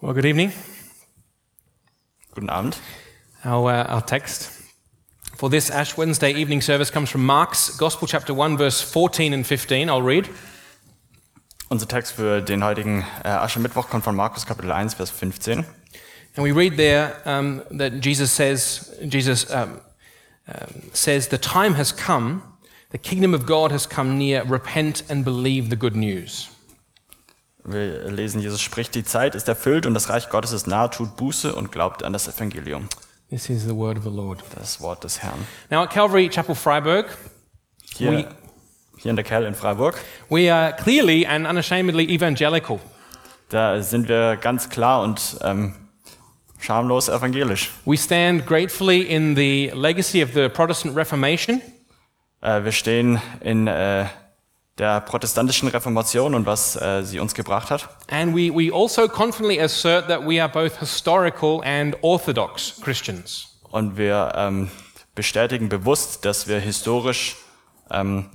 Well, good evening. Guten Abend. Our, uh, our text for this Ash Wednesday evening service comes from Mark's Gospel, chapter 1, verse 14 and 15. I'll read. Unser Text für den heutigen äh, Aschermittwoch kommt von Markus Kapitel 1, Vers 15. And we read there um, that Jesus says, Jesus um, um, says, the time has come, the kingdom of God has come near, repent and believe the good news. Wir lesen, Jesus spricht, die Zeit ist erfüllt und das Reich Gottes ist nahe, tut Buße und glaubt an das Evangelium. This is the word of the Lord. Das Wort des Herrn. Now at Calvary Chapel Freiburg, Hier, hier in der Kerl in Freiburg, we are clearly and unashamedly evangelical. da sind wir ganz klar und ähm, schamlos evangelisch. We stand gratefully in the legacy of the Protestant Reformation. Äh, wir stehen in äh, der protestantischen Reformation und was äh, sie uns gebracht hat. And we, we also confidently assert that we are both historical and orthodox Christians. Und wir ähm, bestätigen bewusst, dass wir historisch, ähm,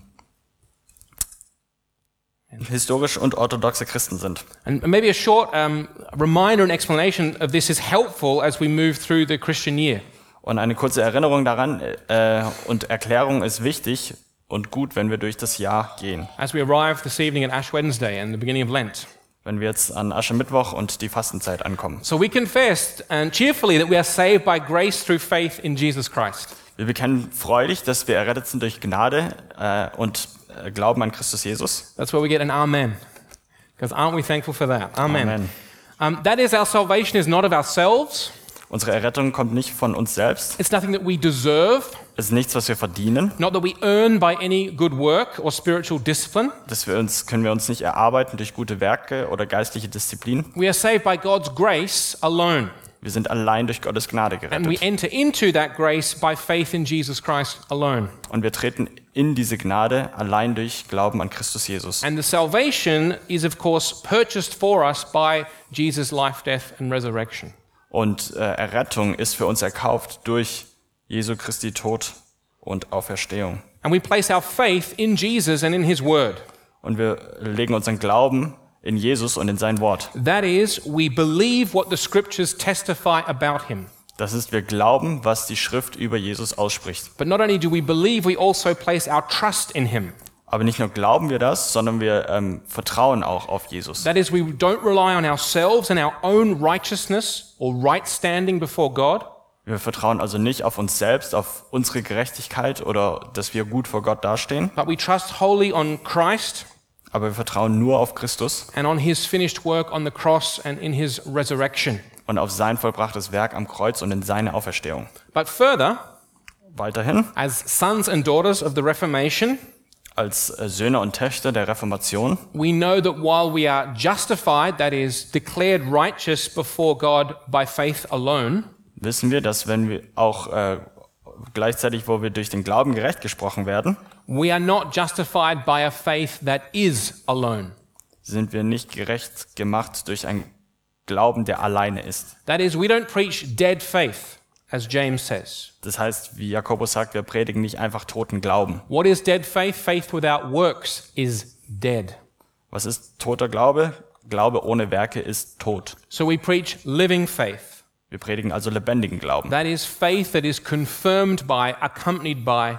historisch und orthodoxe Christen sind. And maybe a short um, reminder and explanation of this is helpful as we move through the Christian year. Und eine kurze Erinnerung daran äh, und Erklärung ist wichtig und gut, wenn wir durch das Jahr gehen. As we arrive this evening at Ash Wednesday and the beginning of Lent. Wenn wir jetzt an Aschermittwoch und die Fastenzeit ankommen. So we confess and cheerfully that we are saved by grace through faith in Jesus Christ. Wir bekennen freudig, dass wir errettet sind durch Gnade äh, und äh, Glauben an Christus Jesus. That's where we get an amen. Because aren't we thankful for that? Amen. Amen. Um, that is, our salvation is not of ourselves. Unsere Errettung kommt nicht von uns selbst. It's nothing that we deserve, Es ist nichts, was wir verdienen. not that we earn by any good work or spiritual discipline. Das wir uns, können wir uns nicht erarbeiten durch gute Werke oder geistliche Disziplin. We are saved by God's grace alone. Wir sind allein durch Gottes Gnade And we gerettet. enter into that grace by faith in Jesus Christ alone. Und wir treten in diese Gnade allein durch Glauben an Christus Jesus. And the salvation is, of course, purchased for us by Jesus' life, death, and resurrection. Und äh, Errettung ist für uns erkauft durch Jesu Christi Tod und Auferstehung. And we place our faith in Jesus and in his word. Und wir legen unseren Glauben in Jesus und in sein Wort. That is, we believe what the scriptures testify about him. Das ist, wir glauben, was die Schrift über Jesus ausspricht. But not only do we believe, we also place our trust in him. Aber nicht nur glauben wir das, sondern wir ähm, vertrauen auch auf Jesus. That is, we don't rely on ourselves and our own righteousness or right standing before God, Wir vertrauen also nicht auf uns selbst, auf unsere Gerechtigkeit oder dass wir gut vor Gott dastehen, but we trust wholly on Christ aber wir vertrauen nur auf Christus and on his finished work on the cross and in his resurrection. und auf sein vollbrachtes Werk am Kreuz und in seine Auferstehung. But further, Weiterhin, as sons and daughters of the Reformation, als äh, Söhne und Töchter der Reformation we know that while we are justified, that is, declared righteous before God by faith alone, wissen wir, dass wenn wir auch äh, gleichzeitig, wo wir durch den Glauben gerecht gesprochen werden, we are not justified by a faith that is alone. sind wir nicht gerecht gemacht durch einen Glauben, der alleine ist. That is, we don't preach dead faith, as James says. Das heißt, wie Jakobus sagt, wir predigen nicht einfach toten Glauben. What is dead faith? Faith without works is dead. Was ist toter Glaube? Glaube ohne Werke ist tot. So we preach living faith. Wir predigen also lebendigen Glauben. That is faith that is confirmed by, accompanied by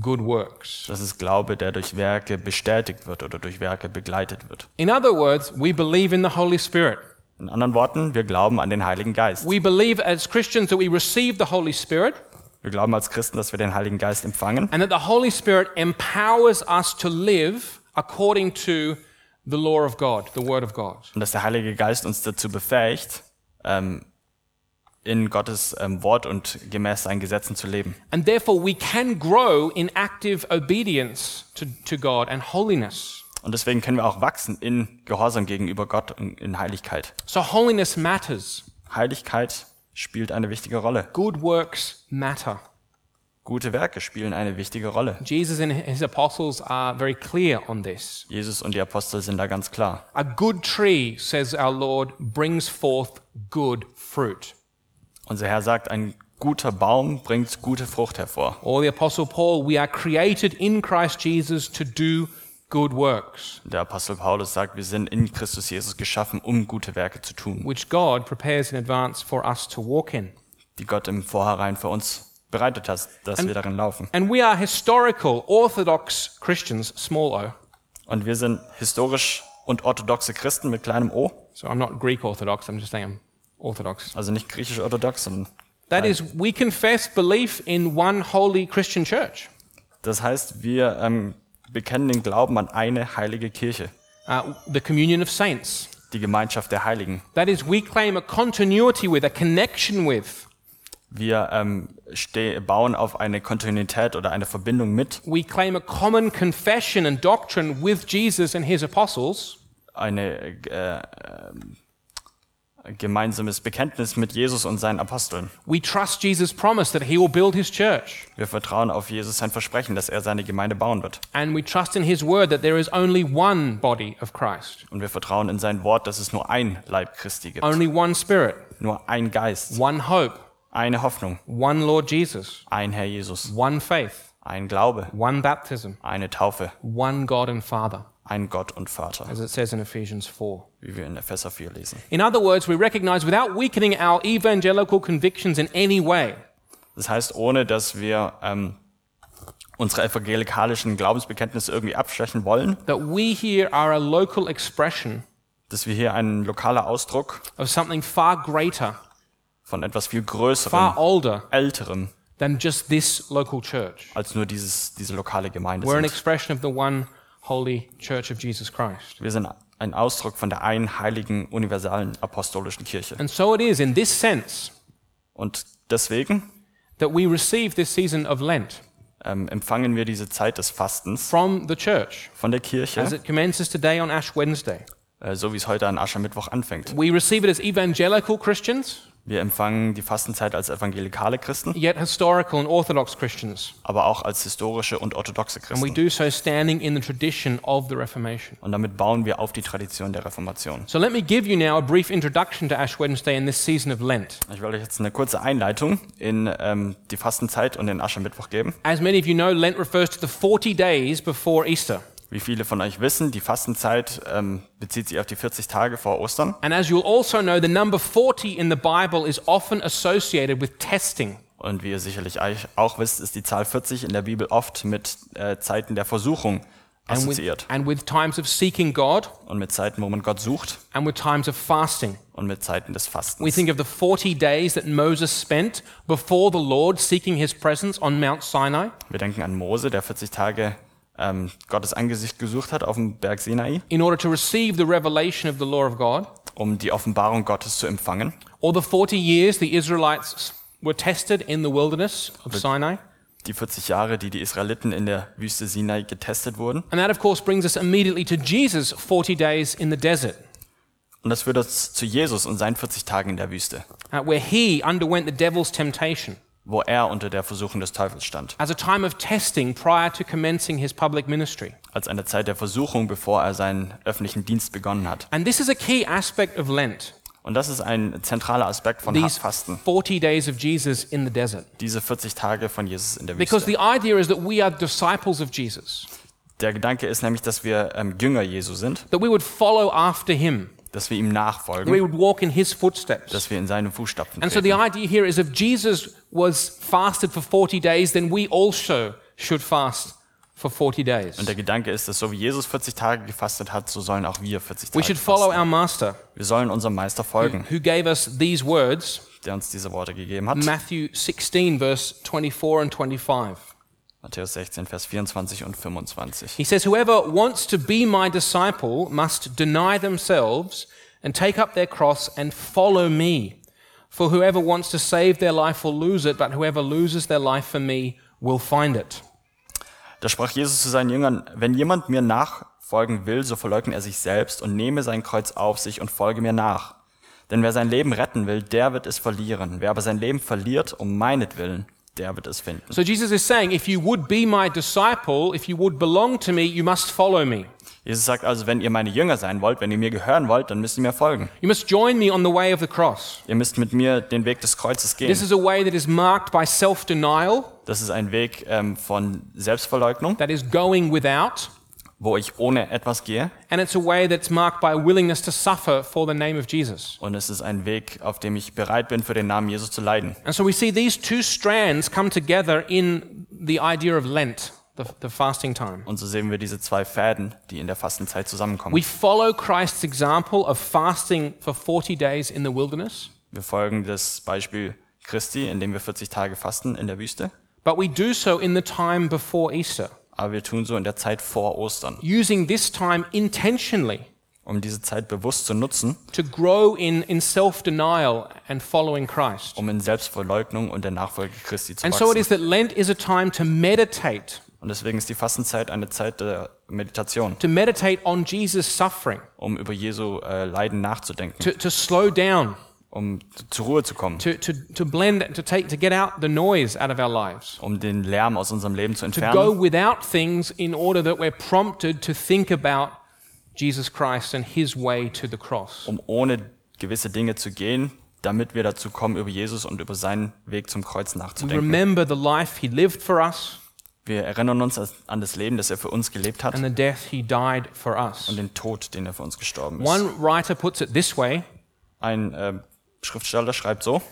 good works. Das ist Glaube, der durch Werke bestätigt wird oder durch Werke begleitet wird. In other words, we believe in the Holy Spirit. In anderen Worten, wir glauben an den Heiligen Geist. We believe as Christians that we receive the Holy Spirit Wir glauben als Christen, dass wir den Heiligen Geist empfangen and that the Holy Spirit empowers us to live according to the law of God, the Word of God. und dass der Heilige Geist uns dazu befähigt, ähm, in Gottes ähm, Wort und gemäß seinen Gesetzen zu leben. And therefore, we can grow in active obedience to, to God and holiness. Und deswegen können wir auch wachsen in Gehorsam gegenüber Gott und in Heiligkeit. So holiness matters. Heiligkeit spielt eine wichtige Rolle. Good works matter. Gute Werke spielen eine wichtige Rolle. Jesus and his apostles are very clear on this. Jesus und die Apostel sind da ganz klar. A good tree, says our Lord, brings forth good fruit. Unser Herr sagt, ein guter Baum bringt gute Frucht hervor. Or the apostle Paul, we are created in Christ Jesus to do good works, Der Apostel Paulus sagt, wir sind in Christus Jesus geschaffen, um gute Werke zu tun, which God prepares in advance for us to walk in. die Gott im Vorhinein für uns bereitet hat, dass wir darin laufen. And we are historical, orthodox Christians, small o. Und wir sind historisch und orthodoxe Christen mit kleinem O, So I'm not Greek Orthodox, I'm just saying I'm Orthodox. also nicht griechisch-orthodox, sondern That is, we confess belief in one holy Christian church. Das heißt, wir ähm, bekennen den Glauben an eine heilige Kirche, uh, the communion of saints. die Gemeinschaft der Heiligen. That is, we claim a continuity with, a connection with. Wir ähm, ste- bauen auf eine Kontinuität oder eine Verbindung mit, We claim a common confession and doctrine with Jesus and his apostles. eine äh, ähm, gemeinsames Bekenntnis mit Jesus und seinen Aposteln. We trust Jesus' promise that he will build his church. Wir vertrauen auf Jesus sein Versprechen, dass er seine Gemeinde bauen wird. And we trust in his word that there is only one body of Christ, Und wir vertrauen in sein Wort, dass es nur ein Leib Christi gibt, only one spirit, nur ein Geist, one hope, eine Hoffnung, one Lord Jesus, ein Herr Jesus, one faith, ein Glaube, one baptism, eine Taufe, one God and Father, ein Gott und Vater, as it says in Ephesians 4. wie wir in Epheser 4 lesen. In other words, we recognize without weakening our evangelical convictions in any way, Das heißt, ohne dass wir ähm, unsere evangelikalischen Glaubensbekenntnisse irgendwie abschwächen wollen, that we here are a local expression dass wir hier ein lokaler Ausdruck of something far greater, von etwas viel far Größerem, older Älterem than just this local church. als nur dieses, diese lokale Gemeinde We're an sind. expression of the one holy church of Jesus Christ. Wir sind ein Ausdruck von der einen heiligen, universalen, apostolischen Kirche. And so it is in this sense Und deswegen that we receive this season of Lent ähm, empfangen wir diese Zeit des Fastens from the church von der as Kirche, it commences today on Ash Wednesday. äh, so wie es heute an Aschermittwoch anfängt. We receive it as evangelical Christians, Wir empfangen die Fastenzeit als evangelikale Christen, yet historical and orthodox Christians. aber auch als historische und orthodoxe And we Christen. do so standing in the tradition of the Reformation. Und damit bauen wir auf die Tradition der Reformation. So let me give you now a brief introduction to Ash Wednesday and this season of Lent. Ich werde euch jetzt eine kurze Einleitung in ähm, die Fastenzeit und den Aschermittwoch geben. As many of you know, Lent refers to the 40 days before Easter. Wie viele von euch wissen, die Fastenzeit ähm, bezieht sich auf die 40 Tage vor Ostern. And as you'll also know, the number 40 in the Bible is often associated with testing. Und wie ihr sicherlich eich- auch wisst, ist die Zahl 40 in der Bibel oft mit äh, Zeiten der Versuchung And with, assoziiert and with times of seeking God und mit Zeiten, wo man Gott sucht and with times of fasting. und mit Zeiten des We Fastens. think of the 40 days that Moses spent before the Lord seeking his presence on Mount Sinai. Wir denken an Mose, der 40 Tage ähm, Gottes Angesicht gesucht hat auf dem Berg Sinai, in order to receive the revelation of the law of God, um die Offenbarung Gottes zu empfangen. or the 40 years the Israelites were tested in the wilderness of Sinai. Die 40 Jahre, die die Israeliten in der Wüste Sinai getestet wurden. And that, of course, brings us immediately to Jesus' 40 days in the desert, Und das führt uns zu Jesus und seinen 40 Tagen in der Wüste, uh, where he underwent the devil's temptation wo er unter der Versuchung des Teufels stand. as a time of testing prior to commencing his public ministry. Als eine Zeit der Versuchung, bevor er seinen öffentlichen Dienst begonnen hat. And this is a key aspect of Lent, Und das ist ein zentraler Aspekt von these Fasten. 40 days of Jesus in the desert. Diese 40 Tage von Jesus in der Because Wüste. the idea is that we are disciples of Jesus, Der Gedanke ist nämlich, dass wir ähm, Jünger Jesu sind, that we would follow after him, dass wir ihm that we nachfolgen, would walk in his footsteps. dass wir in seine Fußstapfen And so the treten. idea here is if Jesus was fasted for 40 days, then we also should fast for 40 Und days. der Gedanke ist, dass so wie Jesus 40 Tage gefastet hat, so sollen auch wir 40 We Tage should follow fasten. our Master Wir sollen unserem Meister folgen, who gave us these words, der uns diese Worte gegeben hat. Matthew 16, verse 24 and 25. Matthäus 16, Vers 24 und 25. He says, Whoever wants to be my disciple must deny themselves and take up their cross and follow me. For whoever wants to save their life will lose it, but whoever loses their life for me will find it. Da sprach Jesus zu seinen Jüngern, wenn jemand mir nachfolgen will, so verleugne er sich selbst und nehme sein Kreuz auf sich und folge mir nach. Denn wer sein Leben retten will, der wird es verlieren. Wer aber sein Leben verliert, um meinetwillen, der wird es finden. So Jesus is saying, if you would be my disciple, if you would belong to me, you must follow me. Jesus sagt also, wenn ihr meine Jünger sein wollt, wenn ihr mir gehören wollt, dann müsst ihr mir folgen. You must join me on the way of the cross. Ihr müsst mit mir den Weg des Kreuzes This gehen. is a way that is marked by self denial, Das ist ein Weg ähm, von Selbstverleugnung, that is going without, wo ich ohne etwas gehe. And it's a way that's marked by a willingness to suffer for the name of Jesus. Und es ist ein Weg, auf dem ich bereit bin, für den Namen Jesus zu leiden. And so we see these two strands come together in the idea of Lent, the, the fasting time. Und so sehen wir diese zwei Fäden, die in der Fastenzeit zusammenkommen. We follow Christ's example of fasting for 40 days in the wilderness, Wir folgen das Beispiel Christi, indem wir 40 Tage fasten in der Wüste. but we do so in the time before Easter, Aber wir tun so in der Zeit vor Ostern, using this time intentionally um diese Zeit bewusst zu nutzen, to grow in, in self denial and following Christ. um in Selbstverleugnung und der Nachfolge Christi zu And so it wachsen. is that Lent is a time to meditate, Und deswegen ist die Fastenzeit eine Zeit der Meditation, to meditate on Jesus' suffering, um über Jesu äh, Leiden nachzudenken, to, to slow down, um zu- zur Ruhe zu kommen, to, to, to blend, to take, to get out the noise out of our lives. um den Lärm aus unserem Leben zu to go entfernen without things in order that we're prompted to think about Jesus Christ and his way to the cross. um ohne gewisse Dinge zu gehen, damit wir dazu kommen, über Jesus und über seinen Weg zum Kreuz We nachzudenken. remember the life he lived for us Wir erinnern uns as- an das Leben, das er für uns gelebt hat and the death he died for us. und den Tod, den er für uns gestorben ist. One writer puts it this way Ein äh, Schriftsteller schreibt so,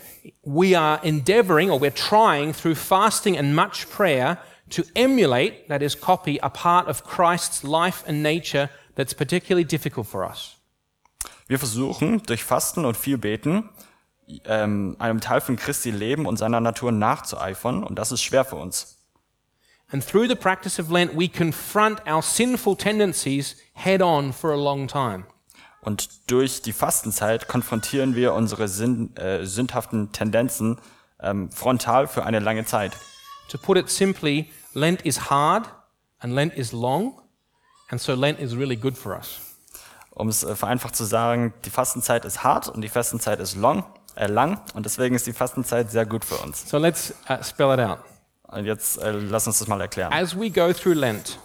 We are endeavoring, or we're trying through fasting and much prayer, to emulate, that is, copy, a part of Christ's life and nature that's particularly difficult for us. wir versuchen durch Fasten und viel Beten ähm, einem Teil von Christi Leben und seiner Natur nachzueifern und das ist schwer für uns. And through the practice of Lent, we confront our sinful tendencies head on for a long time. Und durch die Fastenzeit konfrontieren wir unsere Sinn, äh, sündhaften Tendenzen ähm, frontal für eine lange Zeit. To put it simply, Lent is hard and Lent is long, and so Lent is really good for us. Um es äh, vereinfacht zu sagen, die Fastenzeit ist hart und die Fastenzeit ist long, äh, lang und deswegen ist die Fastenzeit sehr gut für uns. So let's uh, spell it out. Und jetzt äh, lass uns das mal erklären. As we go through Lent,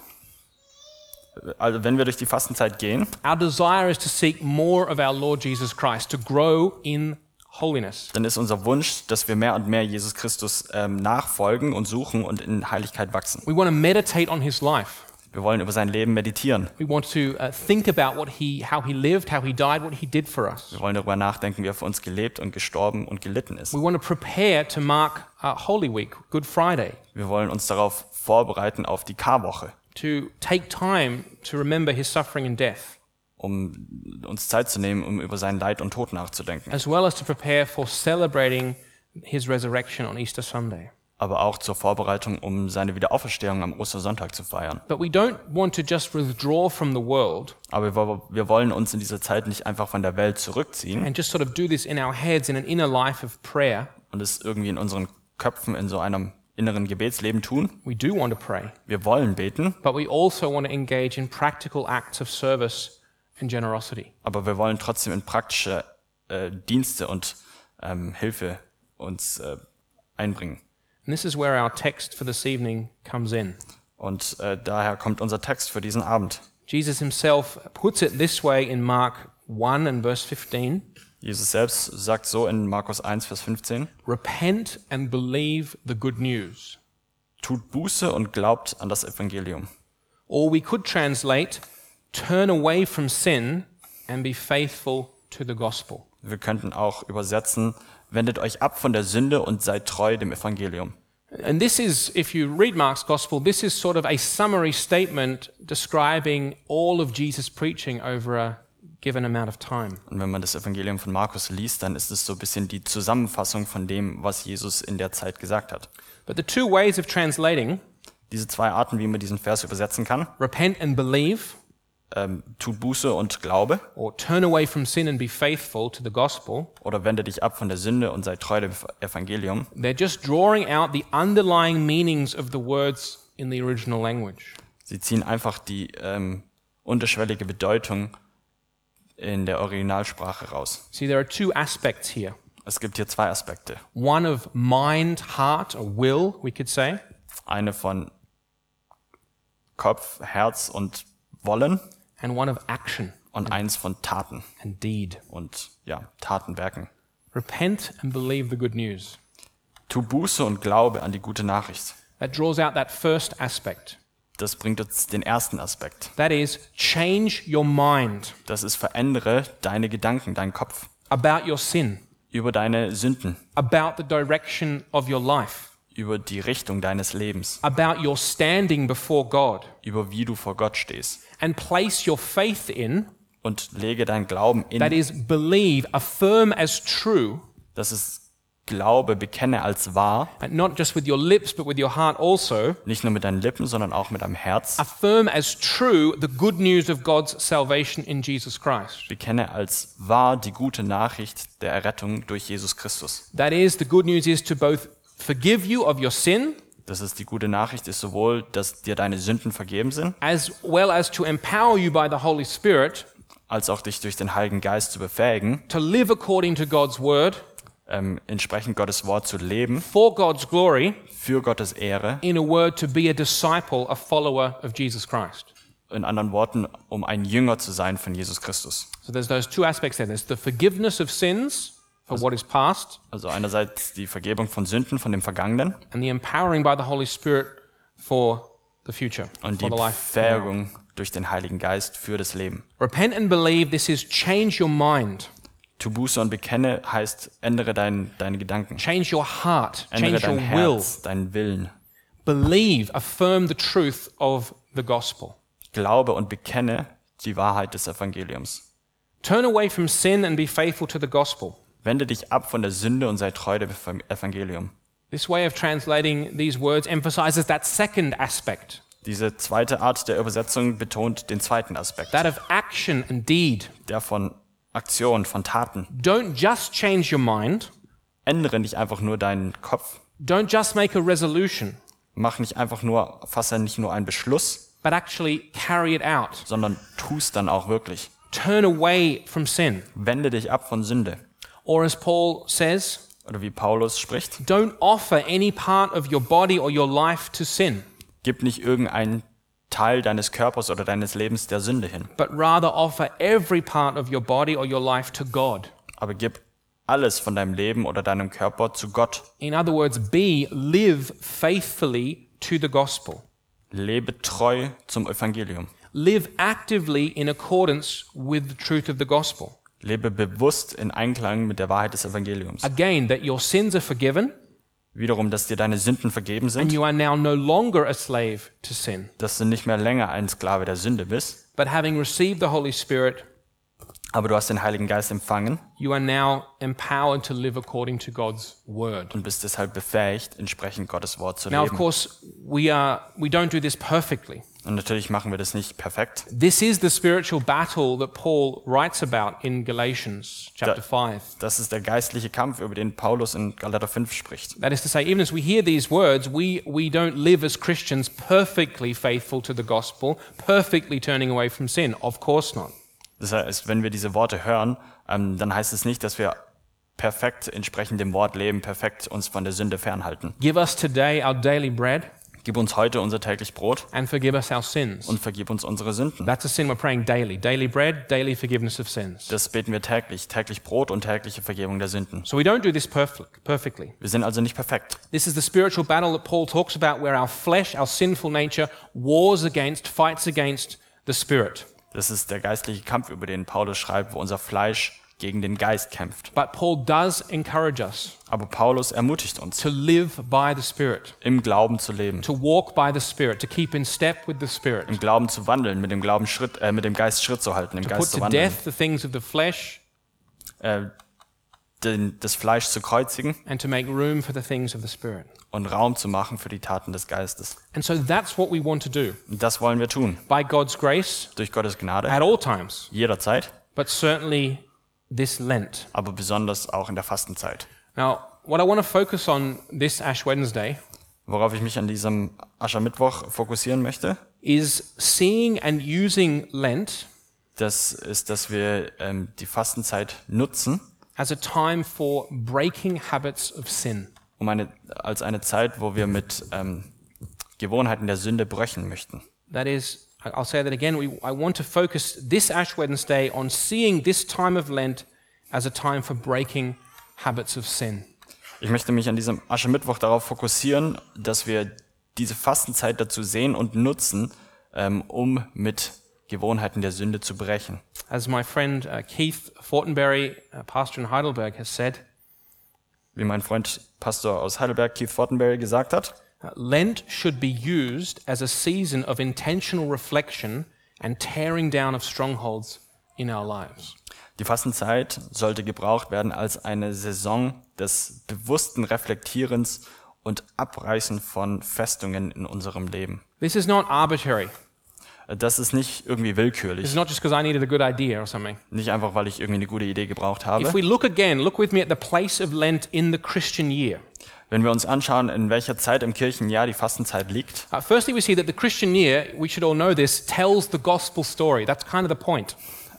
Also wenn wir durch die Fastenzeit gehen, our desire is to seek more of our Lord Jesus Christ, to grow in holiness. dann ist unser Wunsch, dass wir mehr und mehr Jesus Christus ähm, nachfolgen und suchen und in Heiligkeit wachsen. We want to meditate on his life. Wir wollen über sein Leben meditieren. We want to uh, think about what he, how he lived, how he died, what he did for us. Wir wollen darüber nachdenken, wie er für uns gelebt und gestorben und gelitten ist. We want to prepare to mark uh, Holy Week, Good Friday, Wir wollen uns darauf vorbereiten auf die Karwoche, to take time to remember his suffering and death, um uns Zeit zu nehmen, um über sein Leid und Tod nachzudenken, as well as to prepare for celebrating his resurrection on Easter Sunday. aber auch zur Vorbereitung, um seine Wiederauferstehung am Ostersonntag zu feiern. But we don't want to just withdraw from the world Aber wir, wo- wir wollen uns in dieser Zeit nicht einfach von der Welt zurückziehen and just sort of do this in our heads in an inner life of prayer. und es irgendwie in unseren Köpfen, in so einem inneren Gebetsleben tun. We do want to pray, Wir wollen beten, but we also want to engage in practical acts of service and generosity. aber wir wollen trotzdem in praktische äh, Dienste und ähm, Hilfe uns äh, einbringen. And this is where our text for this evening comes in. Und äh, daher kommt unser Text für diesen Abend. Jesus himself puts it this way in Mark 1 and verse 15 Jesus selbst sagt so in Markus 1, Vers 15, Repent and believe the good news. tut Buße und glaubt an das Evangelium. Or we could translate, turn away from sin and be faithful to the gospel. Wir könnten auch übersetzen, wendet euch ab von der Sünde und seid treu dem Evangelium. And this is, if you read Mark's gospel, this is sort of a summary statement describing all of Jesus' preaching over a given amount of time. Und wenn man das Evangelium von Markus liest, dann ist es so ein bisschen die Zusammenfassung von dem, was Jesus in der Zeit gesagt hat. But the two ways of translating, Diese zwei Arten, wie man diesen Vers übersetzen kann, repent and believe, ähm, tut Buße und Glaube or turn away from sin and be faithful to the gospel, oder wende dich ab von der Sünde und sei treu dem Evangelium, they're just drawing out the underlying meanings of the words in the original language. sie ziehen einfach die ähm, unterschwellige Bedeutung in der Originalsprache raus. See, there are two aspects here. Es gibt hier zwei Aspekte. one of mind, heart, or will, we could say, Eine von Kopf, Herz und Wollen and one of action und eins von Taten and deed. und ja, Tatenwerken. Repent and believe the good news. Tu Buße und glaube an die gute Nachricht. That draws out that first aspect. Das bringt uns den ersten Aspekt. That is, change your mind Das ist verändere deine Gedanken, deinen Kopf about your sin, über deine Sünden, about the direction of your life, über die Richtung deines Lebens, about your standing before God, über wie du vor Gott stehst and place your faith in, und lege deinen Glauben that in. is, believe, affirm as true, Das ist Glaube, bekenne als wahr, and not just with your lips, but with your heart also, nicht nur mit deinen Lippen, sondern auch mit deinem Herz. affirm as true the good news of God's salvation in Jesus Christ. Bekenne als wahr die gute Nachricht der Errettung durch Jesus Christus. That is, the good news is to both forgive you of your sin Das ist die gute Nachricht, ist sowohl, dass dir deine Sünden vergeben sind, as well as to empower you by the Holy Spirit als auch dich durch den Heiligen Geist zu befähigen, to live according to God's word ähm, entsprechend Gottes Wort zu leben, for God's glory, für Gottes Ehre, in a word, to be a disciple, a follower of Jesus Christ. in anderen Worten, um ein Jünger zu sein von Jesus Christus. So there's those two aspects there. There's the forgiveness of sins for what is past, Also einerseits die Vergebung von Sünden, von dem Vergangenen and the empowering by the Holy Spirit for the future, und for die the life. Befähigung durch den Heiligen Geist für das Leben. Repent and believe. This is change your mind, Tu Buße und bekenne heißt, ändere dein, deine Gedanken, change your heart, ändere change your dein will. Herz, deinen Willen. Believe, affirm the truth of the gospel. Glaube und bekenne die Wahrheit des Evangeliums. Turn away from sin and be faithful to the gospel. Wende dich ab von der Sünde und sei treu dem Evangelium. This way of translating these words emphasizes that second aspect, Diese zweite Art der Übersetzung betont den zweiten Aspekt, that of action and deed. der von Aktion, von Taten. Don't just change your mind, Ändere nicht einfach nur deinen Kopf, don't just make a resolution, mach nicht einfach nur, fasse nicht nur einen Beschluss, but actually carry it out. sondern tu's dann auch wirklich. Turn away from sin. Wende dich ab von Sünde. Or as Paul says, Oder wie Paulus spricht, don't offer any part of your body or your life to sin, gib nicht irgendeinen Teil deines Körpers oder deines Lebens der Sünde hin, but rather offer every part of your body or your life to God. aber gib alles von deinem Leben oder deinem Körper zu Gott. In other words, be, live faithfully to the gospel. Lebe treu zum Evangelium. Live actively in accordance with the truth of the gospel. Lebe bewusst in Einklang mit der Wahrheit des Evangeliums. Again, that your sins are forgiven Wiederum, dass dir deine Sünden vergeben and sind, you are now no longer a slave to sin, dass du nicht mehr länger ein Sklave der Sünde bist, but having received the Holy Spirit, aber du hast den Heiligen Geist empfangen you are now empowered to live according to God's word. und bist deshalb befähigt, entsprechend Gottes Wort zu Now, of leben. course, we are we don't do this perfectly. Und natürlich machen wir das nicht perfekt. This is the spiritual battle that Paul writes about in Galatians chapter Da- 5. Das ist der geistliche Kampf, über den Paulus in Galater 5 spricht. That is to say, even as we hear these words, we, we don't live as Christians perfectly faithful to the gospel, perfectly turning away from sin. Of course not. Das heißt, wenn wir diese Worte hören, ähm, dann heißt es nicht, dass wir perfekt entsprechend dem Wort leben, perfekt uns von der Sünde fernhalten. Give us today our daily bread Gib uns heute unser täglich Brot and forgive us our sins. und vergib uns unsere Sünden. That's a sin we're praying daily. Daily bread, daily forgiveness of sins. Das beten wir täglich, täglich Brot und tägliche Vergebung der Sünden. So we don't do this perfect, perfectly. Wir sind also nicht perfekt. This is the spiritual battle that Paul talks about where our flesh, our sinful nature, wars against, fights against the spirit. Das ist der geistliche Kampf, über den Paulus schreibt, wo unser Fleisch gegen den Geist kämpft. But Paul does encourage us Aber Paulus ermutigt uns, to live by the spirit, im Glauben zu leben, to walk by the spirit, to keep in step with the spirit. im Glauben zu wandeln, mit dem Glauben Schritt, äh, mit dem Geist Schritt zu halten, im put Geist zu to wandeln, death the things of the flesh äh, den, das Fleisch zu kreuzigen and to make room for the things of the spirit. und Raum zu machen für die Taten des Geistes. And so that's what we want to do Und das wollen wir tun, by God's grace durch Gottes Gnade, at all times, jederzeit, but certainly this Lent. aber besonders auch in der Fastenzeit. Now, what I want to focus on this Ash Wednesday Worauf ich mich an diesem Aschermittwoch fokussieren möchte, is seeing and using Lent das ist, dass wir ähm, die Fastenzeit nutzen, as a time for breaking habits of sin. um eine, als eine Zeit, wo wir mit ähm, Gewohnheiten der Sünde brechen möchten. That is, I- I'll say that again. We, I want to focus this Ash Wednesday on seeing this time of Lent as a time for breaking habits of sin. Ich möchte mich an diesem Aschermittwoch darauf fokussieren, dass wir diese Fastenzeit dazu sehen und nutzen, ähm, um mit Gewohnheiten der Sünde zu brechen. As my friend uh, Keith Fortenberry, a pastor in Heidelberg, has said, Wie mein Freund Pastor aus Heidelberg, Keith Fortenberry, gesagt hat, uh, Lent should be used as a season of intentional reflection and tearing down of strongholds in our lives. Die Fastenzeit sollte gebraucht werden als eine Saison des bewussten Reflektierens und Abreißen von Festungen in unserem Leben. This is not arbitrary. Das ist nicht irgendwie This willkürlich, is not just because I needed a good idea or something. nicht einfach, weil ich irgendwie eine gute Idee gebraucht If habe. we look again, look with me at the place of Lent in the Christian year. Wenn wir uns anschauen, in welcher Zeit im Kirchenjahr die Fastenzeit liegt, Uh, firstly, we see that the Christian year, we should all know this, tells the gospel story. That's kind of the point.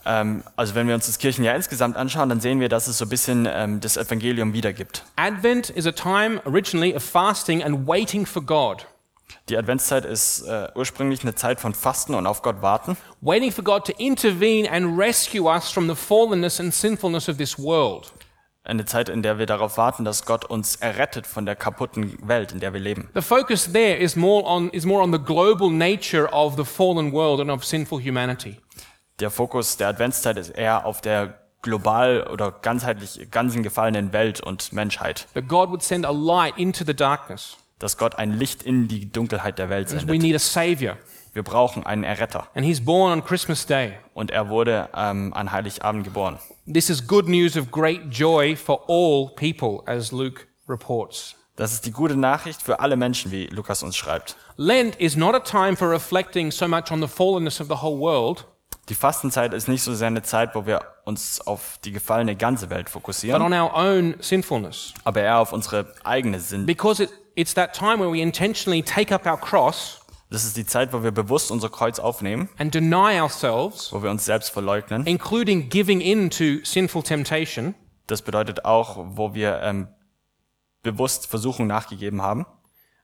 ähm, also wenn wir uns das Kirchenjahr insgesamt anschauen, dann sehen wir, dass es so ein bisschen ähm, das Evangelium wiedergibt. Advent is a time originally of fasting and waiting for God. Die Adventszeit ist äh, ursprünglich eine Zeit von Fasten und auf Gott warten. waiting for God to intervene and rescue us from the fallenness and sinfulness of this world. Eine Zeit, in der wir darauf warten, dass Gott uns errettet von der kaputten Welt, in der wir leben. The focus there is more on, is more on the global nature of the fallen world and of sinful humanity. Der Fokus der Adventszeit ist eher auf der global oder ganzheitlich ganzen gefallenen Welt und Menschheit. That God would send a light into the darkness. Dass Gott ein Licht in die Dunkelheit der Welt We sendet. need a savior. Wir brauchen einen Erretter. And he's born on Christmas Day. Und er wurde ähm, an Heiligabend geboren. This is good news of great joy for all people, as Luke reports. Das ist die gute Nachricht für alle Menschen, wie Lukas uns schreibt. Lent is not a time for reflecting so much on the fallenness of the whole world, Die Fastenzeit ist nicht so sehr eine Zeit, wo wir uns auf die gefallene ganze Welt but fokussieren, on our own sinfulness. aber eher auf unsere eigene Sünde. Because it, it's that time where we intentionally take up our cross Das ist die Zeit, wo wir bewusst unser Kreuz aufnehmen, and deny ourselves, wo wir uns selbst verleugnen. including giving in to sinful temptation, Das bedeutet auch, wo wir ähm, bewusst Versuchung nachgegeben haben.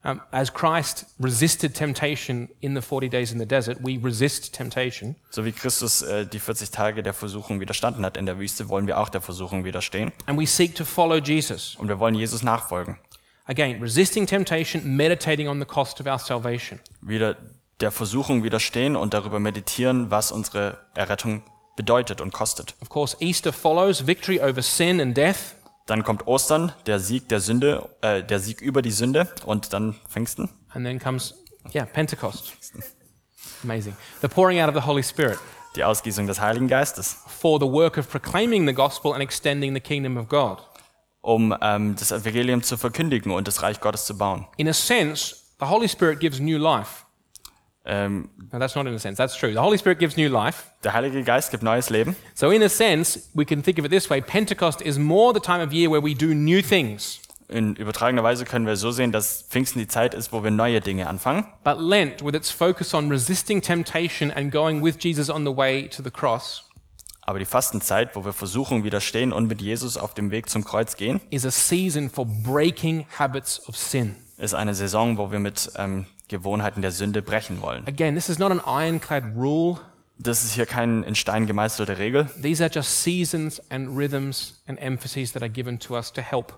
um, as Christ resisted temptation in the 40 days in the desert. We resist temptation. So wie Christus äh, die 40 Tage der Versuchung widerstanden hat in der Wüste, wollen wir auch der Versuchung widerstehen. And we seek to follow Jesus. Und wir wollen Jesus nachfolgen. Again, resisting temptation, meditating on the cost of our salvation. Wieder der Versuchung widerstehen und darüber meditieren, was unsere Errettung bedeutet und kostet. Of course, Easter follows victory over sin and death. Dann kommt Ostern, der Sieg der Sünde, äh, der Sieg über die Sünde und dann Pfingsten. And then comes, yeah, Pentecost. Amazing. The pouring out of the Holy Spirit Die Ausgießung des Heiligen Geistes, for the work of proclaiming the gospel and extending the kingdom of God. um ähm, das Evangelium zu verkündigen und das Reich Gottes zu bauen. in a sense, the Holy Spirit gives new life. Ähm, No, that's not in a sense. That's true. The Holy Spirit gives new life. der Heilige Geist gibt neues Leben. So, in a sense, we can think of it this way Pentecost is more the time of year where we do new things. In übertragener Weise können wir so sehen, dass Pfingsten die Zeit ist, wo wir neue Dinge anfangen. But Lent, with its focus on resisting temptation and going with Jesus on the way to the cross, Aber die Fastenzeit, wo wir Versuchung widerstehen und mit Jesus auf dem Weg zum Kreuz gehen, is a season for breaking habits of sin. ist eine Saison, wo wir mit ähm, Gewohnheiten der Sünde brechen wollen. Again, this is not an ironclad rule. Das ist hier keine in Stein gemeißelte Regel. These are just seasons and rhythms and emphases that are given to us to help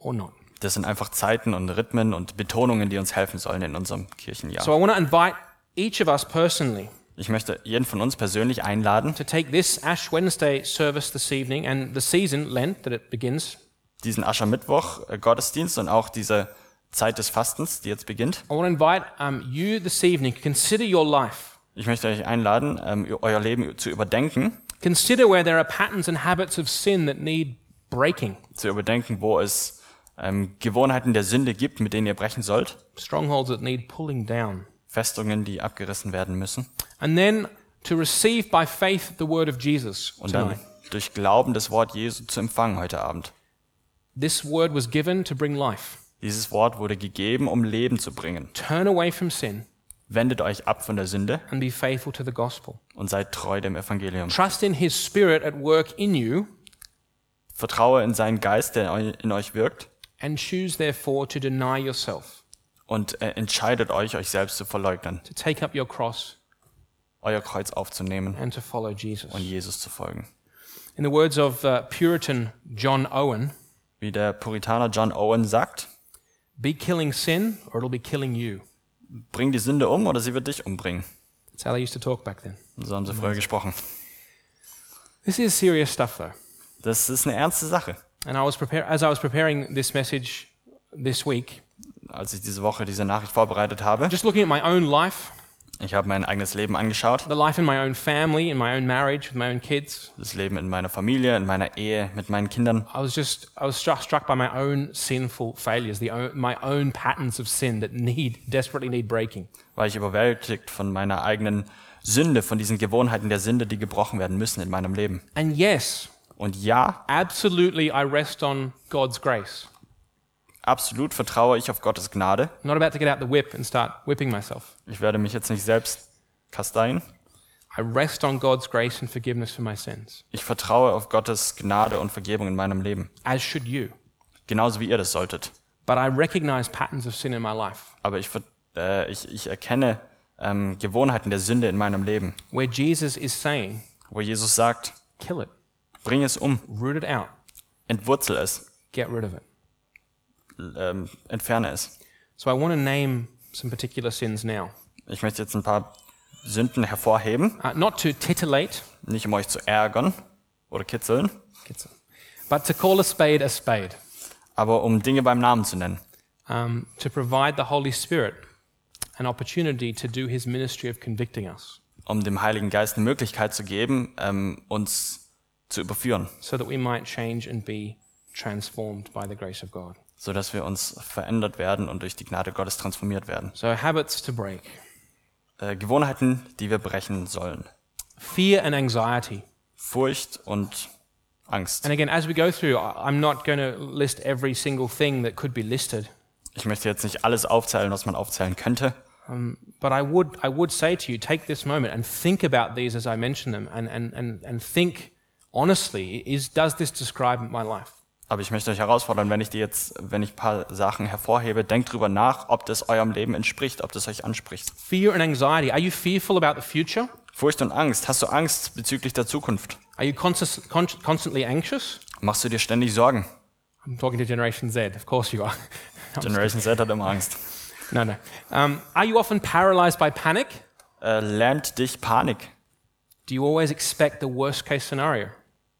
or not. Das sind einfach Zeiten und Rhythmen und Betonungen, die uns helfen sollen in unserem Kirchenjahr. So, I want to invite each of us personally Ich möchte jeden von uns persönlich einladen, to take this Ash Wednesday service this evening and the season, Lent, that it begins. diesen Aschermittwoch äh, Gottesdienst und auch diese Zeit des Fastens, die jetzt beginnt. I want to invite um, you this evening to consider your life. Ich möchte euch einladen, ähm, euer Leben zu überdenken Consider where there are patterns and habits of sin that need breaking, zu überdenken, wo es ähm, Gewohnheiten der Sünde gibt, mit denen ihr brechen sollt. strongholds that need pulling down. Festungen, die abgerissen werden müssen. And then to receive by faith the word of Jesus Und dann tonight. durch Glauben das Wort Jesu zu empfangen heute Abend. This word was given to bring life. Dieses Wort wurde gegeben, um Leben zu bringen. Turn away from sin Wendet euch ab von der Sünde and be faithful to the gospel. und seid treu dem Evangelium. Trust in his spirit at work in you Vertraue in seinen Geist, der eu- in euch wirkt and choose therefore to deny yourself, und äh, entscheidet euch, euch selbst zu verleugnen, to take up your cross euer Kreuz aufzunehmen and to follow Jesus. und Jesus zu folgen. In the words of uh, Puritan John Owen, Wie der Puritaner John Owen sagt, be killing sin or it'll be killing you. bring die Sünde um oder sie wird dich umbringen. That's how they used to talk back then. Und So haben sie früher gesprochen. This is serious stuff, though. Das ist eine ernste Sache. And I was prepare- as I was preparing this message this week, Als ich diese Woche diese Nachricht vorbereitet habe, just looking at my own life, ich habe mein eigenes Leben angeschaut. the life in my own family, in my own marriage, with my own kids, Das Leben in meiner Familie, in meiner Ehe, mit meinen Kindern. I was just I was struck, struck by my own sinful failures, the own, my own patterns of sin that need desperately need breaking. War ich überwältigt von meiner eigenen Sünde, von diesen Gewohnheiten der Sünde, die gebrochen werden müssen in meinem Leben. And yes, Und ja, absolutely, I rest on God's grace. absolut vertraue ich auf Gottes Gnade. I'm not about to get out the whip and start whipping myself. Ich werde mich jetzt nicht selbst kasteien. I rest on God's grace and forgiveness for my sins, Ich vertraue auf Gottes Gnade und Vergebung in meinem Leben. as should you. Genauso wie ihr das solltet. But I recognize patterns of sin in my life Aber ich, ver- äh, ich, ich erkenne ähm, Gewohnheiten der Sünde in meinem Leben, where Jesus is saying, wo Jesus sagt, kill it, bring es um, root it out, entwurzel es, get rid of it. ähm, entferne es. So I want to name some particular sins now, Ich möchte jetzt ein paar Sünden hervorheben, uh, not to titillate, nicht um euch zu ärgern oder kitzeln, but to call a spade a spade, aber um Dinge beim Namen zu nennen, um, to provide the Holy Spirit an opportunity to do his ministry of convicting us um dem Heiligen Geist eine Möglichkeit zu geben, ähm, uns zu überführen, so that we might change and be transformed by the grace of God. so dass wir uns verändert werden und durch die Gnade Gottes transformiert werden. So, habits to break Äh, Gewohnheiten, die wir brechen sollen. fear and anxiety. Furcht und Angst. And again, as we go through, I- I'm not going to list every single thing that could be listed, Ich möchte jetzt nicht alles aufzählen, was man aufzählen könnte, but I would, I would say to you, take this moment and think about these as I mention them and, and, and, and think honestly, is, does this describe my life? aber ich möchte euch herausfordern, wenn ich dir jetzt, wenn ich ein paar Sachen hervorhebe, denkt drüber nach, ob das eurem Leben entspricht, ob das euch anspricht. Fear and anxiety. Are you fearful about the future? Furcht und Angst. Hast du Angst bezüglich der Zukunft? Are you conscious, con- constantly anxious? Machst du dir ständig Sorgen? I'm talking to Generation Z. Of course you are. Generation Z hat immer Angst. no, no. Um, are you often paralyzed by panic? Äh, lernt dich Panik. Do you always expect the worst case scenario?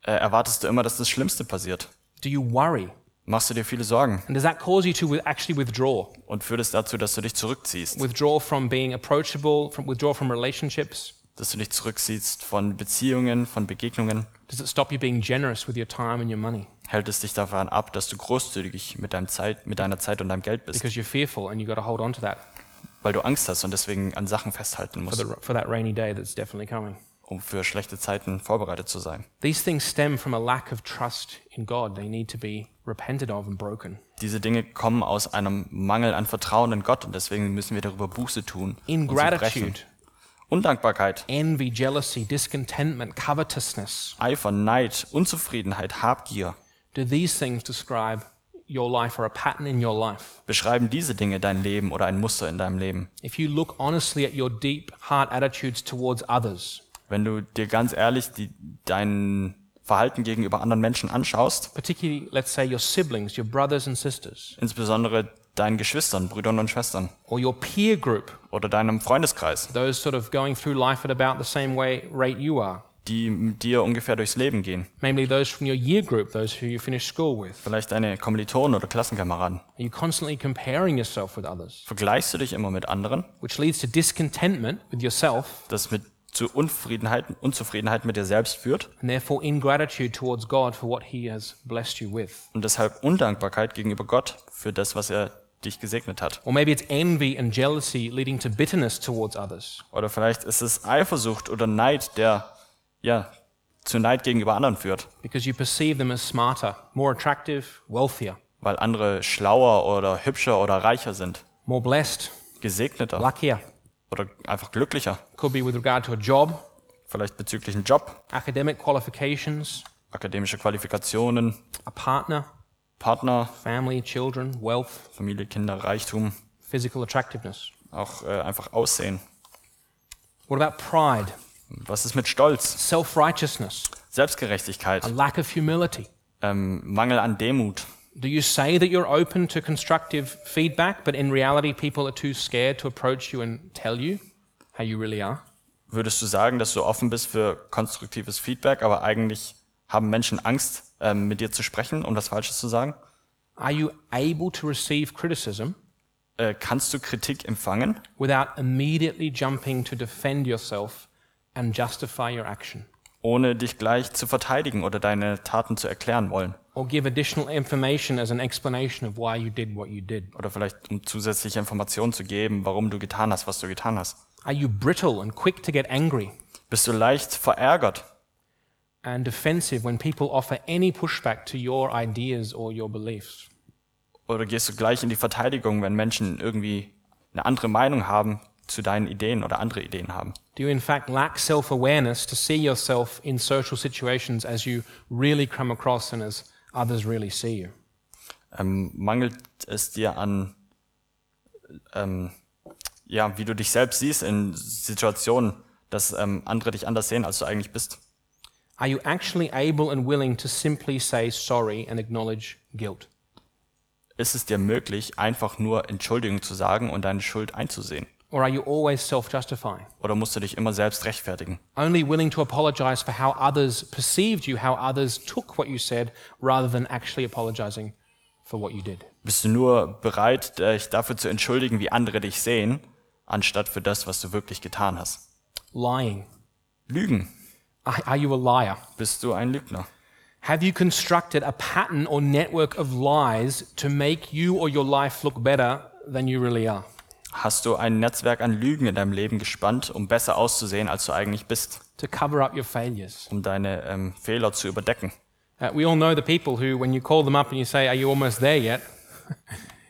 Äh, erwartest du immer, dass das Schlimmste passiert? Do you worry? Machst du dir viele Sorgen And does that cause you to wi- actually withdraw? und führt es dazu, dass du dich zurückziehst, Withdraw from being approachable, from withdraw from relationships? dass du dich zurückziehst von Beziehungen, von Begegnungen? Does it stop you being generous with your time and your money Hält es dich davon ab, dass du großzügig mit, deinem Zeit, mit deiner Zeit und deinem Geld bist? because you're fearful and you've got to hold on to that weil du Angst hast und deswegen an Sachen festhalten for, musst, the, for that rainy day that's definitely coming? um für schlechte Zeiten vorbereitet zu sein. These things stem from a lack of trust in God. They need to be repented of and broken. Diese Dinge kommen aus einem Mangel an Vertrauen in Gott und deswegen müssen wir darüber Buße tun. und sie brechen. Ingratitude, Undankbarkeit, envy, jealousy, discontentment, covetousness. Eifer, Neid, Unzufriedenheit, Habgier. Do these things describe your life or a pattern in your life? Beschreiben diese Dinge dein Leben oder ein Muster in deinem Leben. If you look honestly at your deep heart attitudes towards others, Wenn du dir ganz ehrlich die, dein Verhalten gegenüber anderen Menschen anschaust, particularly, let's say, your siblings, your brothers and sisters, insbesondere deinen Geschwistern, Brüdern und Schwestern or your peer group, oder deinem Freundeskreis, those sort of going through life at about the same way rate you are, die mit dir ungefähr durchs Leben gehen. namely those from your year group, those who you finished school with, Vielleicht deine Kommilitonen oder Klassenkameraden. are you constantly comparing yourself with others, Vergleichst du dich immer mit anderen? which leads to discontentment with yourself Das mit zu Unfriedenheit, Unzufriedenheit mit dir selbst führt and therefore ingratitude towards God for what He has blessed you with. und deshalb Undankbarkeit gegenüber Gott für das, was er dich gesegnet hat. Or maybe it's envy and jealousy leading to bitterness towards others, Oder vielleicht ist es Eifersucht oder Neid, der ja zu Neid gegenüber anderen führt, because you perceive them as smarter, more attractive, wealthier, weil andere schlauer oder hübscher oder reicher sind, more blessed, gesegneter luckier. oder einfach glücklicher. Could be with regard to a job, Vielleicht bezüglich einen Job, academic qualifications, akademische Qualifikationen, a partner, Partner, family, children, wealth, Familie, Kinder, Reichtum, physical attractiveness. auch äh, einfach Aussehen. What about pride, Was ist mit Stolz? self righteousness, Selbstgerechtigkeit, a lack of humility, ähm, Mangel an Demut, Do you say that you're open to constructive feedback, but in reality, people are too scared to approach you and tell you how you really are? Würdest du sagen, dass du offen bist für konstruktives Feedback, aber eigentlich haben Menschen Angst, ähm, mit dir zu sprechen, um was Falsches zu sagen? Are you able to receive criticism Äh, kannst du Kritik empfangen, without immediately jumping to defend yourself and justify your action ohne dich gleich zu verteidigen oder deine Taten zu erklären wollen? or give additional information as an explanation of why you did what you did? Oder vielleicht um zusätzliche Informationen zu geben, warum du getan hast, was du getan hast. Are you brittle and quick to get angry Bist du leicht verärgert and defensive when people offer any pushback to your ideas or your beliefs? oder gehst du gleich in die Verteidigung, wenn Menschen irgendwie eine andere Meinung haben zu deinen Ideen oder andere Ideen haben? Do you, in fact, lack self awareness to see yourself in social situations as you really come across and as others really see you? Ähm, mangelt es dir an, ähm, ja, wie du dich selbst siehst in Situationen, dass ähm, andere dich anders sehen, als du eigentlich bist? Are you actually able and willing to simply say sorry and acknowledge guilt? Ist es dir möglich, einfach nur Entschuldigung zu sagen und deine Schuld einzusehen? Or are you always self justifying? Oder musst du dich immer selbst rechtfertigen? Only willing to apologize for how others perceived you, how others took what you said, rather than actually apologizing for what you did? Bist du nur bereit, dich dafür zu entschuldigen, wie andere dich sehen, anstatt für das, was du wirklich getan hast? Lying. Lügen. Are are you a liar? Bist du ein Lügner? Have you constructed a pattern or network of lies to make you or your life look better than you really are? Hast du ein Netzwerk an Lügen in deinem Leben gespannt, um besser auszusehen, als du eigentlich bist, To cover up your failures? um deine ähm, Fehler zu überdecken? Uh, we all know the people who, when you call them up and you say, Are you almost there yet?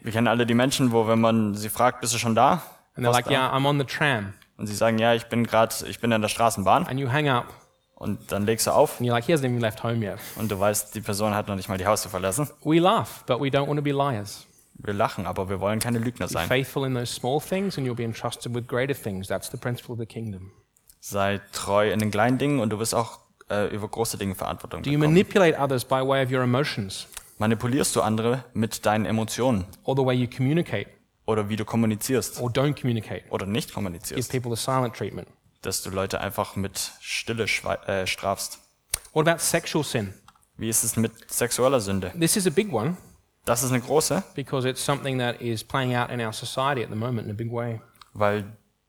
Wir kennen alle die Menschen, wo wenn man sie fragt, bist du schon da? And they're Fast like, da. Yeah, I'm on the tram. Und sie sagen, ja, ich bin gerade, ich bin in der Straßenbahn. And you hang up Und dann legst du auf and you're like, He hasn't even left home yet. und du weißt, die Person hat noch nicht mal die Haustür verlassen. We laugh, but we don't want to be liars. Wir lachen, aber wir wollen keine Lügner sein. Faithful in those small things, and you'll be entrusted with greater things. That's the principle of the kingdom. Sei treu in den kleinen Dingen und du wirst auch äh, über große Dinge Verantwortung Do you bekommen. manipulate others by way of your emotions Manipulierst du andere mit deinen Emotionen or the way you communicate oder wie du kommunizierst or don't communicate? oder nicht Give kommunizierst, people the silent treatment. dass du Leute einfach mit Stille schwei- äh, strafst. What about sexual sin? Wie ist es mit sexueller Sünde? This is a big one Das ist eine große, because it's something that is playing out in our society at the moment in a big way. weil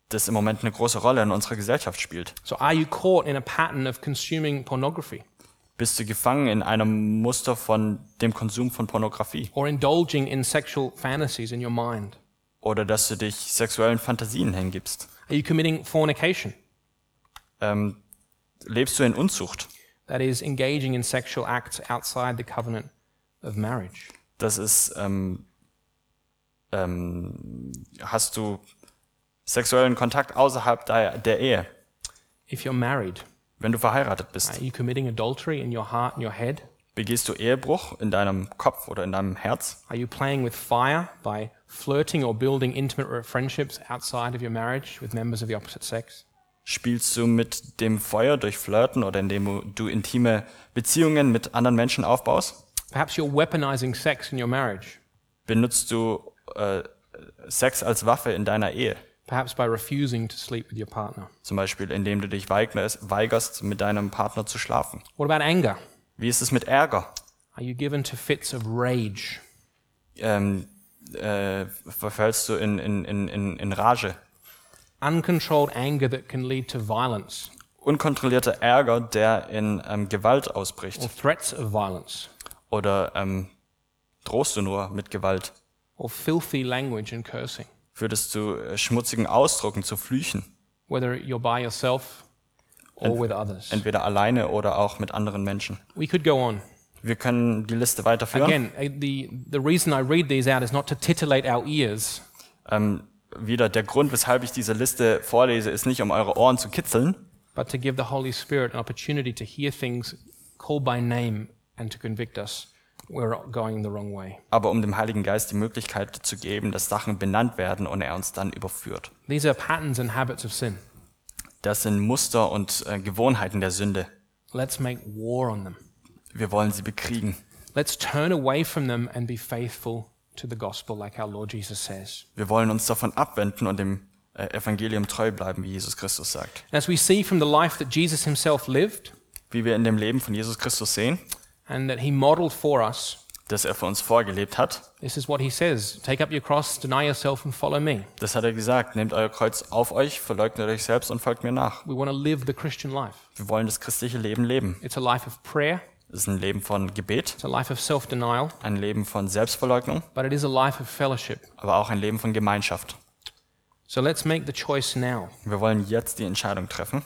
das im Moment eine große Rolle in unserer Gesellschaft spielt. So, are you caught in a pattern of consuming pornography Bist du gefangen in einem Muster von dem Konsum von Pornografie or indulging in sexual fantasies in your mind? oder dass du dich sexuellen Fantasien hingibst? Are you committing fornication? Ähm, lebst du in Unzucht? That is, engaging in sexual acts outside the covenant of marriage. Das ist, ähm, ähm, hast du sexuellen Kontakt außerhalb der, der Ehe, If you're married, wenn du verheiratet bist? Are you committing adultery in your heart and your head? Begehst du Ehebruch in deinem Kopf oder in deinem Herz? Are you playing with fire by flirting or building intimate friendships outside of your marriage with members of the opposite sex? Spielst du mit dem Feuer durch Flirten oder indem du intime Beziehungen mit anderen Menschen aufbaust? Perhaps you're weaponizing sex in your marriage, Benutzt du äh, Sex als Waffe in deiner Ehe? perhaps by refusing to sleep with your partner. Zum Beispiel, indem du dich weigerst, weigerst, mit deinem Partner zu schlafen. What about anger? Wie ist es mit Ärger? Are you given to fits of rage? ähm, äh, verfällst du in, in, in, in, in Rage. Uncontrolled anger that can lead to violence Unkontrollierter Ärger, der in ähm, Gewalt or ausbricht. threats of violence Oder ähm, drohst du nur mit Gewalt? or filthy language and cursing, Führt es zu äh, schmutzigen Ausdrucken, zu Flüchen? whether you're by yourself or with others. Entweder alleine oder auch mit anderen Menschen. We could go on. Wir können die Liste weiterführen. Again, uh, the, the reason I read these out is not to titillate our ears, Ähm, wieder, der Grund, weshalb ich diese Liste vorlese, ist nicht, um eure Ohren zu kitzeln, but to give the Holy Spirit an opportunity to hear things called by name and to convict us we're going the wrong way. aber um dem Heiligen Geist die Möglichkeit zu geben, dass Sachen benannt werden und er uns dann überführt. These are patterns and habits of sin. Das sind Muster und äh, Gewohnheiten der Sünde. Let's make war on them. Wir wollen sie bekriegen. Let's turn away from them and be faithful to the gospel, like our Lord Jesus says. Wir wollen uns davon abwenden und dem äh, Evangelium treu bleiben, wie Jesus Christus sagt. As we see from the life that Jesus himself lived Wie wir in dem Leben von Jesus Christus sehen, and that he modeled for us, das er für uns vorgelebt hat, this is what he says Take up your cross, deny yourself, and follow me. das hat er gesagt, nehmt euer Kreuz auf euch, verleugnet euch selbst und folgt mir nach. We want to live the Christian life. Wir wollen das christliche Leben leben. It's a life of prayer, Es ist ein Leben von Gebet, it's a life of self denial, ein Leben von Selbstverleugnung, but it is a life of fellowship. aber auch ein Leben von Gemeinschaft. So let's make the choice now. Wir wollen jetzt die Entscheidung treffen.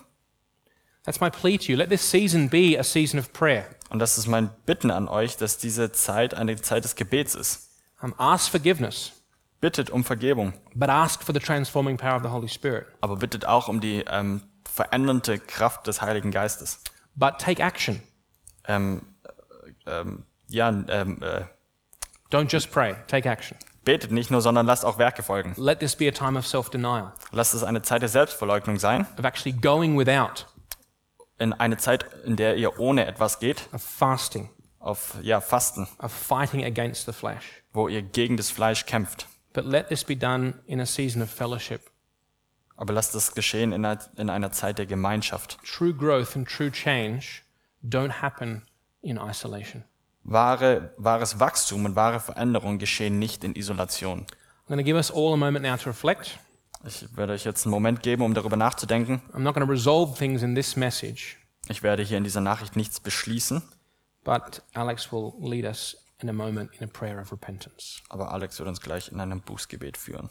That's my plea to you. Let this season be a season of prayer. Und das ist mein Bitten an euch, dass diese Zeit eine Zeit des Gebets ist. Um, ask forgiveness, Bittet um Vergebung, but ask for the transforming power of the Holy Spirit. aber bittet auch um die ähm, verändernde Kraft des Heiligen Geistes. But take action. Ähm, ähm, ja, ähm, äh, Don't just pray, take action. betet nicht nur, sondern lasst auch Werke folgen. Let this be a time of self denial, Lasst es eine Zeit der Selbstverleugnung sein, of actually going without, in eine Zeit, in der ihr ohne etwas geht, of fasting, auf ja, Fasten, of fighting against the flesh. wo ihr gegen das Fleisch kämpft. But let this be done in a season of fellowship, Aber lasst es geschehen in einer, in einer Zeit der Gemeinschaft. true growth and true change don't happen in isolation. Wahre, wahres Wachstum und wahre Veränderung geschehen nicht in Isolation. I'm going to give us all a moment now to reflect. Ich werde euch jetzt einen Moment geben, um darüber nachzudenken. I'm not going to resolve things in this message, Ich werde hier in dieser Nachricht nichts beschließen, but Alex will lead us in a moment in a prayer of repentance. aber Alex wird uns gleich in einem Bußgebet führen.